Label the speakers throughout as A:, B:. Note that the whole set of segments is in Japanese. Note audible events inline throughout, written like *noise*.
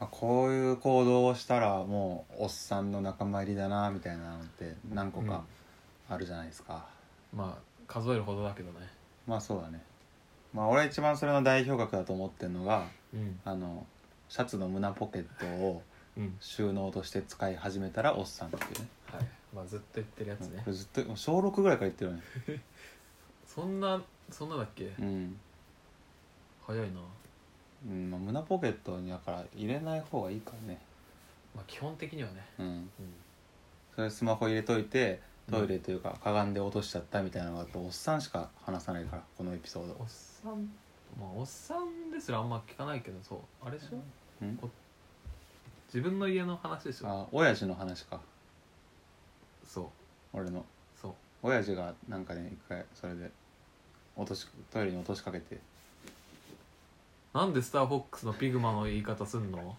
A: あこういう行動をしたらもうおっさんの仲間入りだなみたいなのって何個かあるじゃないですか、
B: まあ数えるほどだけどね
A: まあそうだねまあ俺は一番それの代表格だと思ってるのが
B: うん
A: あのシャツの胸ポケットを
B: うん
A: 収納として使い始めたらおっさんっていうね
B: はいまあずっと言ってるやつね
A: これずっともう小6ぐらいから言ってるよね
B: そんなそんなだっけ
A: うん、
B: 早いな
A: うんまあ、胸ポケットにだから入れない方がいいからね
B: まあ基本的にはね
A: うん
B: うん
A: それスマホ入れといてトイレというかかがんで落としちゃったみたいなのがやっぱおっさんしか話さないからこのエピソード
B: おっさんまあおっさんですらあんま聞かないけどそうあれでしょ
A: うん
B: 自分の家の話でしょ
A: あ親父の話か
B: そう
A: 俺の
B: そう
A: 親父がなんかね一回それで落としトイレに落としかけて
B: なんでスターフォックスのピグマの言い方すんの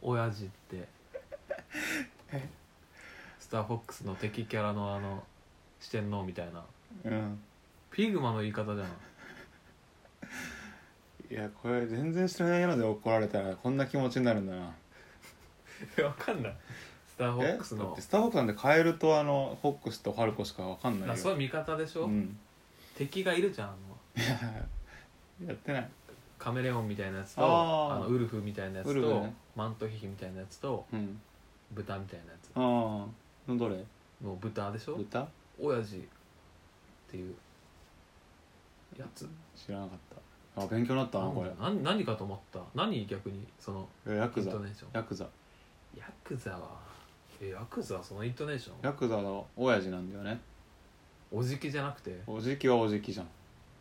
B: 親父ってスターフォックスの敵キャラのあの四天王みたいな
A: うん
B: ピグマの言い方じゃん
A: いやこれ全然知らないので怒られたらこんな気持ちになるんだな
B: え *laughs* わかんないスターフォッ
A: え
B: クス
A: だっ
B: の
A: てスターフォックスなんてカエルとあのフォックスとファルコしかわかんないよ
B: あそういう味方でしょ、
A: うん
B: 敵がいるじゃんあの
A: いややってない
B: カメレオンみたいなやつと
A: あー
B: あのウルフみたいなや
A: ウ
B: つ
A: ルフ
B: と、
A: ね
B: マントヒヒみたいなやつと
A: うん
B: 豚みたいなやつ
A: ああどれ
B: の豚でしょ
A: 豚
B: 親父っていうやつ
A: 知らなかったあ勉強になったなこれ
B: なん何かと思った何逆にその
A: えヤク
B: イン
A: ザ
B: トネーション
A: ヤクザ
B: ヤクザはえヤクザはそのイントネーション
A: ヤクザの親父なんだよね
B: おじきじゃなくて
A: おじきはおじきじゃん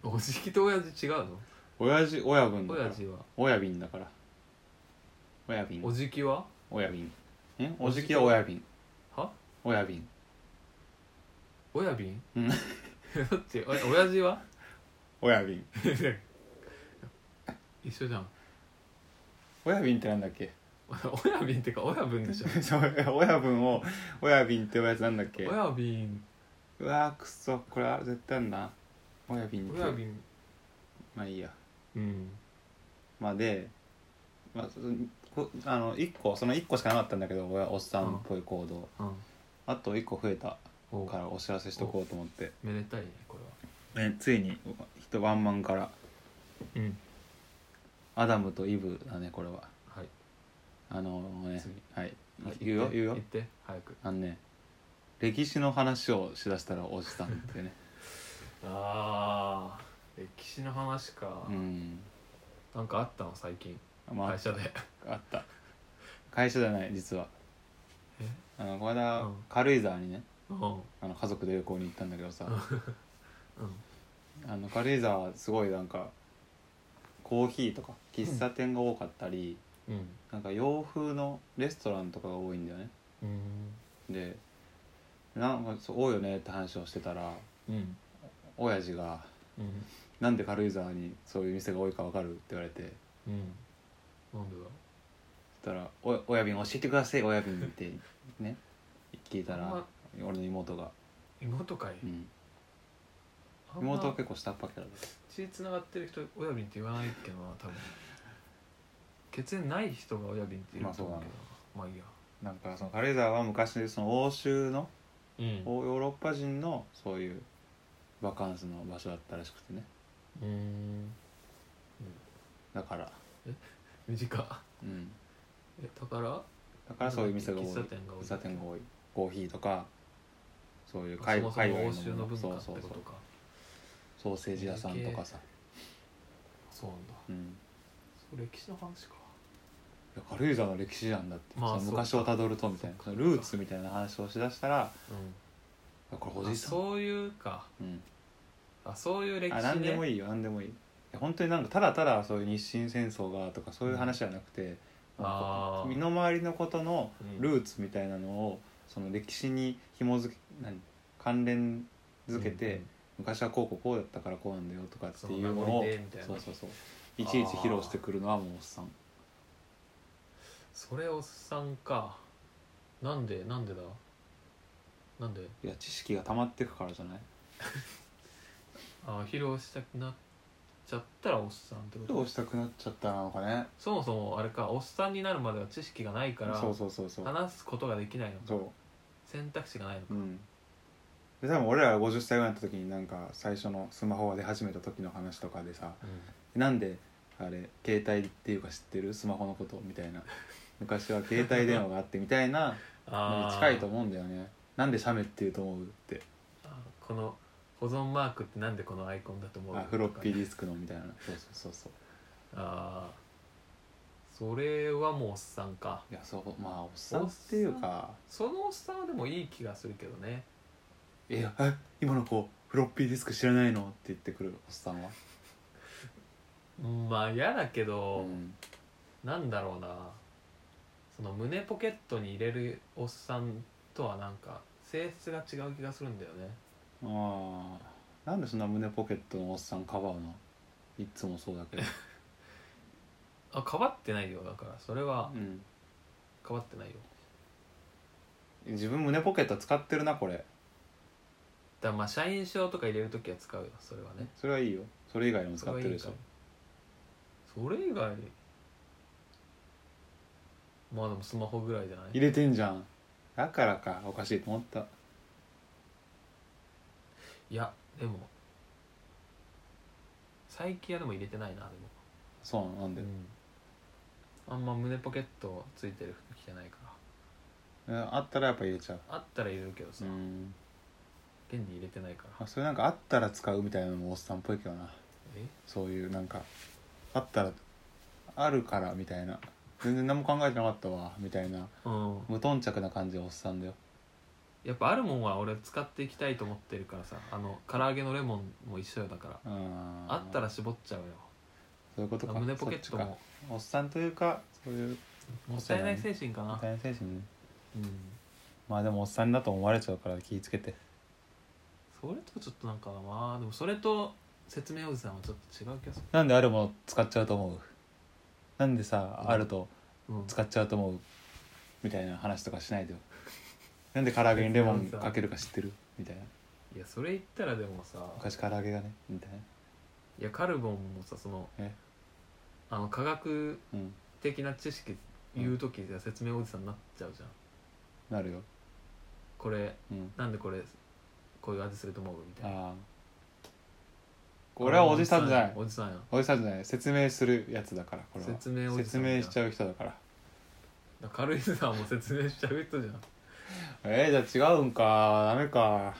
B: おじきと親父違うの
A: 親父親分だか
B: 親
A: ら
B: 父は
A: 親便だから親便
B: おじきは
A: 親便えおじきは親便
B: は
A: 親便
B: 親便 *laughs*
A: うん
B: だってお親父は
A: 親便
B: 一緒じゃん *laughs*
A: 親便ってなんだっけ *laughs*
B: 親便ってか親分でしょ
A: そう親分を親便って呼ぶやつなんだっけうわ
B: 親便
A: ーくっそこれあ絶対あんな親便って
B: 親便
A: まあいいや
B: うん
A: まあで、まあ、そこあの1個その1個しかなかったんだけど俺はおっさんっぽい行動、
B: うん
A: あと1個増えた
B: お
A: からお知らせしとこうと思って、
B: めでたいねこ
A: ね、ついに人ワンマンから
B: れはうん
A: アダムとイブだねこれは
B: はい
A: あのね
B: 次
A: はい
B: はい
A: 言うよ
B: って
A: 言うよ
B: 言って早く
A: あのね歴史の話をしだしたらおじさんって *laughs* ね
B: ああ歴史の話か、
A: うん
B: なんかあったの最近
A: まあ
B: 会
A: *laughs*
B: 社で
A: あった会社じゃない実は
B: え
A: あのこの間、
B: うん
A: 軽井沢にね
B: うんうん
A: あの家族で旅行に行ったんだけどさ、あの軽井沢はすごいなんかコーヒーとか喫茶店が多かったり、
B: うん
A: なんか洋風のレストランとかが多いんだよね
B: うん
A: でなんかそう多いよねって話をしてたら
B: うん
A: 親父が
B: うん
A: 「なんで軽井沢にそういう店が多いかわかる?」って言われて
B: うんなんでだ
A: そしたら「お親便教えてください親便」ってね聞いたら俺の妹が、
B: 妹かい、
A: うん、
B: あんま
A: 妹は結構下っ端キャラだ
B: 血つながってる人親分って言わないけどな多分血縁ない人が親分って言うと思うけどまあいいや
A: なんかその軽井沢は昔その欧州の
B: うん
A: ヨーロッパ人のそういうバカンスの場所だったらしくてね
B: うん
A: だから
B: 短っ
A: うん
B: えだから
A: だからそういう店が多い
B: 喫茶店が多い
A: 喫茶店が多いコーヒーとかそういう
B: そ
A: 海
B: もそ
A: 海外
B: も
A: の
B: 欧州の文
A: そう
B: 化って
A: そう
B: こ
A: そ
B: と
A: う
B: か
A: ソーセージ屋さんとかさ、
B: そうなんだ
A: うん、
B: そう歴史の話か
A: いや軽井沢の歴史なんだって、
B: まあ
A: その
B: そう
A: 昔をたどるとみたいな
B: そ
A: その
B: っか
A: ルーツみたいな話をしだしたら
B: う
A: これ
B: ん
A: お
B: あ
A: じさんう、
B: そういうか
A: ん、
B: あそういう歴
A: あ
B: 史
A: 何でも
B: い
A: いいよ何でもいいいや本当になんかただただそういう日清戦争がとかそういう話じゃなくて、
B: うん
A: なんか
B: あー
A: 身の回りのことの
B: うん
A: ルーツみたいなのをその歴史に紐づけ何関連づけて、昔はこうこうこうだったからこうなんだよとかっていうのを
B: その名残でみたいな
A: そうそうそういちいち披露してくるのはもうおっさん
B: それおっさんかなんでなんでだなんで
A: いや知識が溜まってくからじゃない
B: あ披露したくなっちゃったらおっさんってこ
A: ど
B: と
A: うしたくなっちゃったなのかね
B: そもそもあれかおっさんになるまでは知識がないから
A: そうそうそうそう
B: 話すことができないのか
A: そ
B: 選択肢がないのか
A: ううんで多分俺らが50歳ぐらいになった時になんか最初のスマホが出始めた時の話とかでさなんであれ携帯っていうか知ってるスマホのことみたいな昔は携帯電話があってみたいなのに
B: ー
A: 近いと思うんだよねなんで写メっていうと思うって
B: あこの保存マークってなんでこのアイコンだと思う
A: あフロッピーディスクのみたいなそうそうそうそう
B: ああそれはもうおっさんか
A: いやそうまあおっさんっていうか
B: そのおっさんはでもいい気がするけどね
A: 「ええ今の子フロッピーディスク知らないの?」って言ってくるおっさんは、
B: まあ嫌だけ
A: う
B: ど、
A: ん、
B: なんだろうなその胸ポケットに入れるおっさんとはなんか性質が違う気がするんだよね
A: ああなんでそんな胸ポケットのおっさんかばうのいっつもそうだ
B: *laughs*
A: けど、
B: あかばってないよだからそれは
A: うん、
B: かばってないよ
A: 自分胸ポケット使ってるなこれ
B: だからまあ社員証とか入れる時は使うよそれはね
A: それはいいよそれ以外にも
B: そ
A: 使
B: れ
A: っ
B: はい
A: て
B: い
A: るでしょ
B: かそれ以外まあでもスマホぐらいじゃない
A: 入れてんじゃんだからかおかしいと思った
B: いやでも最近はでも入れてないなで
A: そうなのなんで
B: も、、うん、あんま胸ポケットついてる服着てないか
A: えあったらやっぱ入れちゃう
B: らあったら入れるけどさ、
A: うん
B: 現に入れてないから
A: あそれなんかあったら使うみたいなのもおっさんっぽいけどな
B: え
A: そういうなんかあったらあるからみたいな全然何も考えてなかったわみたいな
B: うん
A: 無頓着な感じのおっさんだよ
B: やっぱあるもんは俺使っていきたいと思ってるからさあの唐揚げのレモンも一緒よだから
A: うん
B: あったら絞っちゃうよ
A: そういうことか
B: 胸ポケッ
A: そ
B: ト
A: っ
B: も
A: ちかおっさんというかそういう
B: もったいない精神かな、
A: 大変精神ね
B: うん
A: まあでもおっさんだと思われちゃうから気ぃつけて
B: それとちょっとなんかまあでもそれと説明おじさんはちょっと違う気がす
A: なんであるもの使っちゃうと思うなんでさ、
B: うん
A: あると
B: る、うん、
A: 使っちゃうと思うみたいな話とかしないでよなんで唐揚げにレモンかけるか知ってるみたいない
B: やそれ言ったらでもさ
A: 昔唐揚げがねみたいない
B: やカルボンもさその
A: え
B: あの科学
A: うん
B: 的な知識言う時じゃ説明おじさんになっちゃうじゃん
A: なるよ
B: これ
A: うん
B: なんでこれこういう味すると思うみたい
A: あ
B: な
A: あこれはおじさんじゃない
B: おじさんやん
A: おじさんじゃない説明するやつだからこれは
B: 説明おじさん
A: 説明しちゃう人だから
B: だから軽井沢も説明しちゃう人じゃん
A: えー、じゃあ違うんかダメか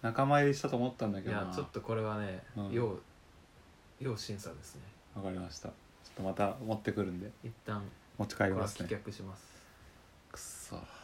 A: 仲間入りしたと思ったんだけ
B: い
A: どな
B: やちょっとこれはね、
A: うん
B: 要要審査ですね
A: わかりましたちょっとまた持ってくるんで
B: 一旦
A: 持ち帰
B: こ
A: り
B: れは
A: ます
B: 棄
A: ね
B: 却します
A: くっそ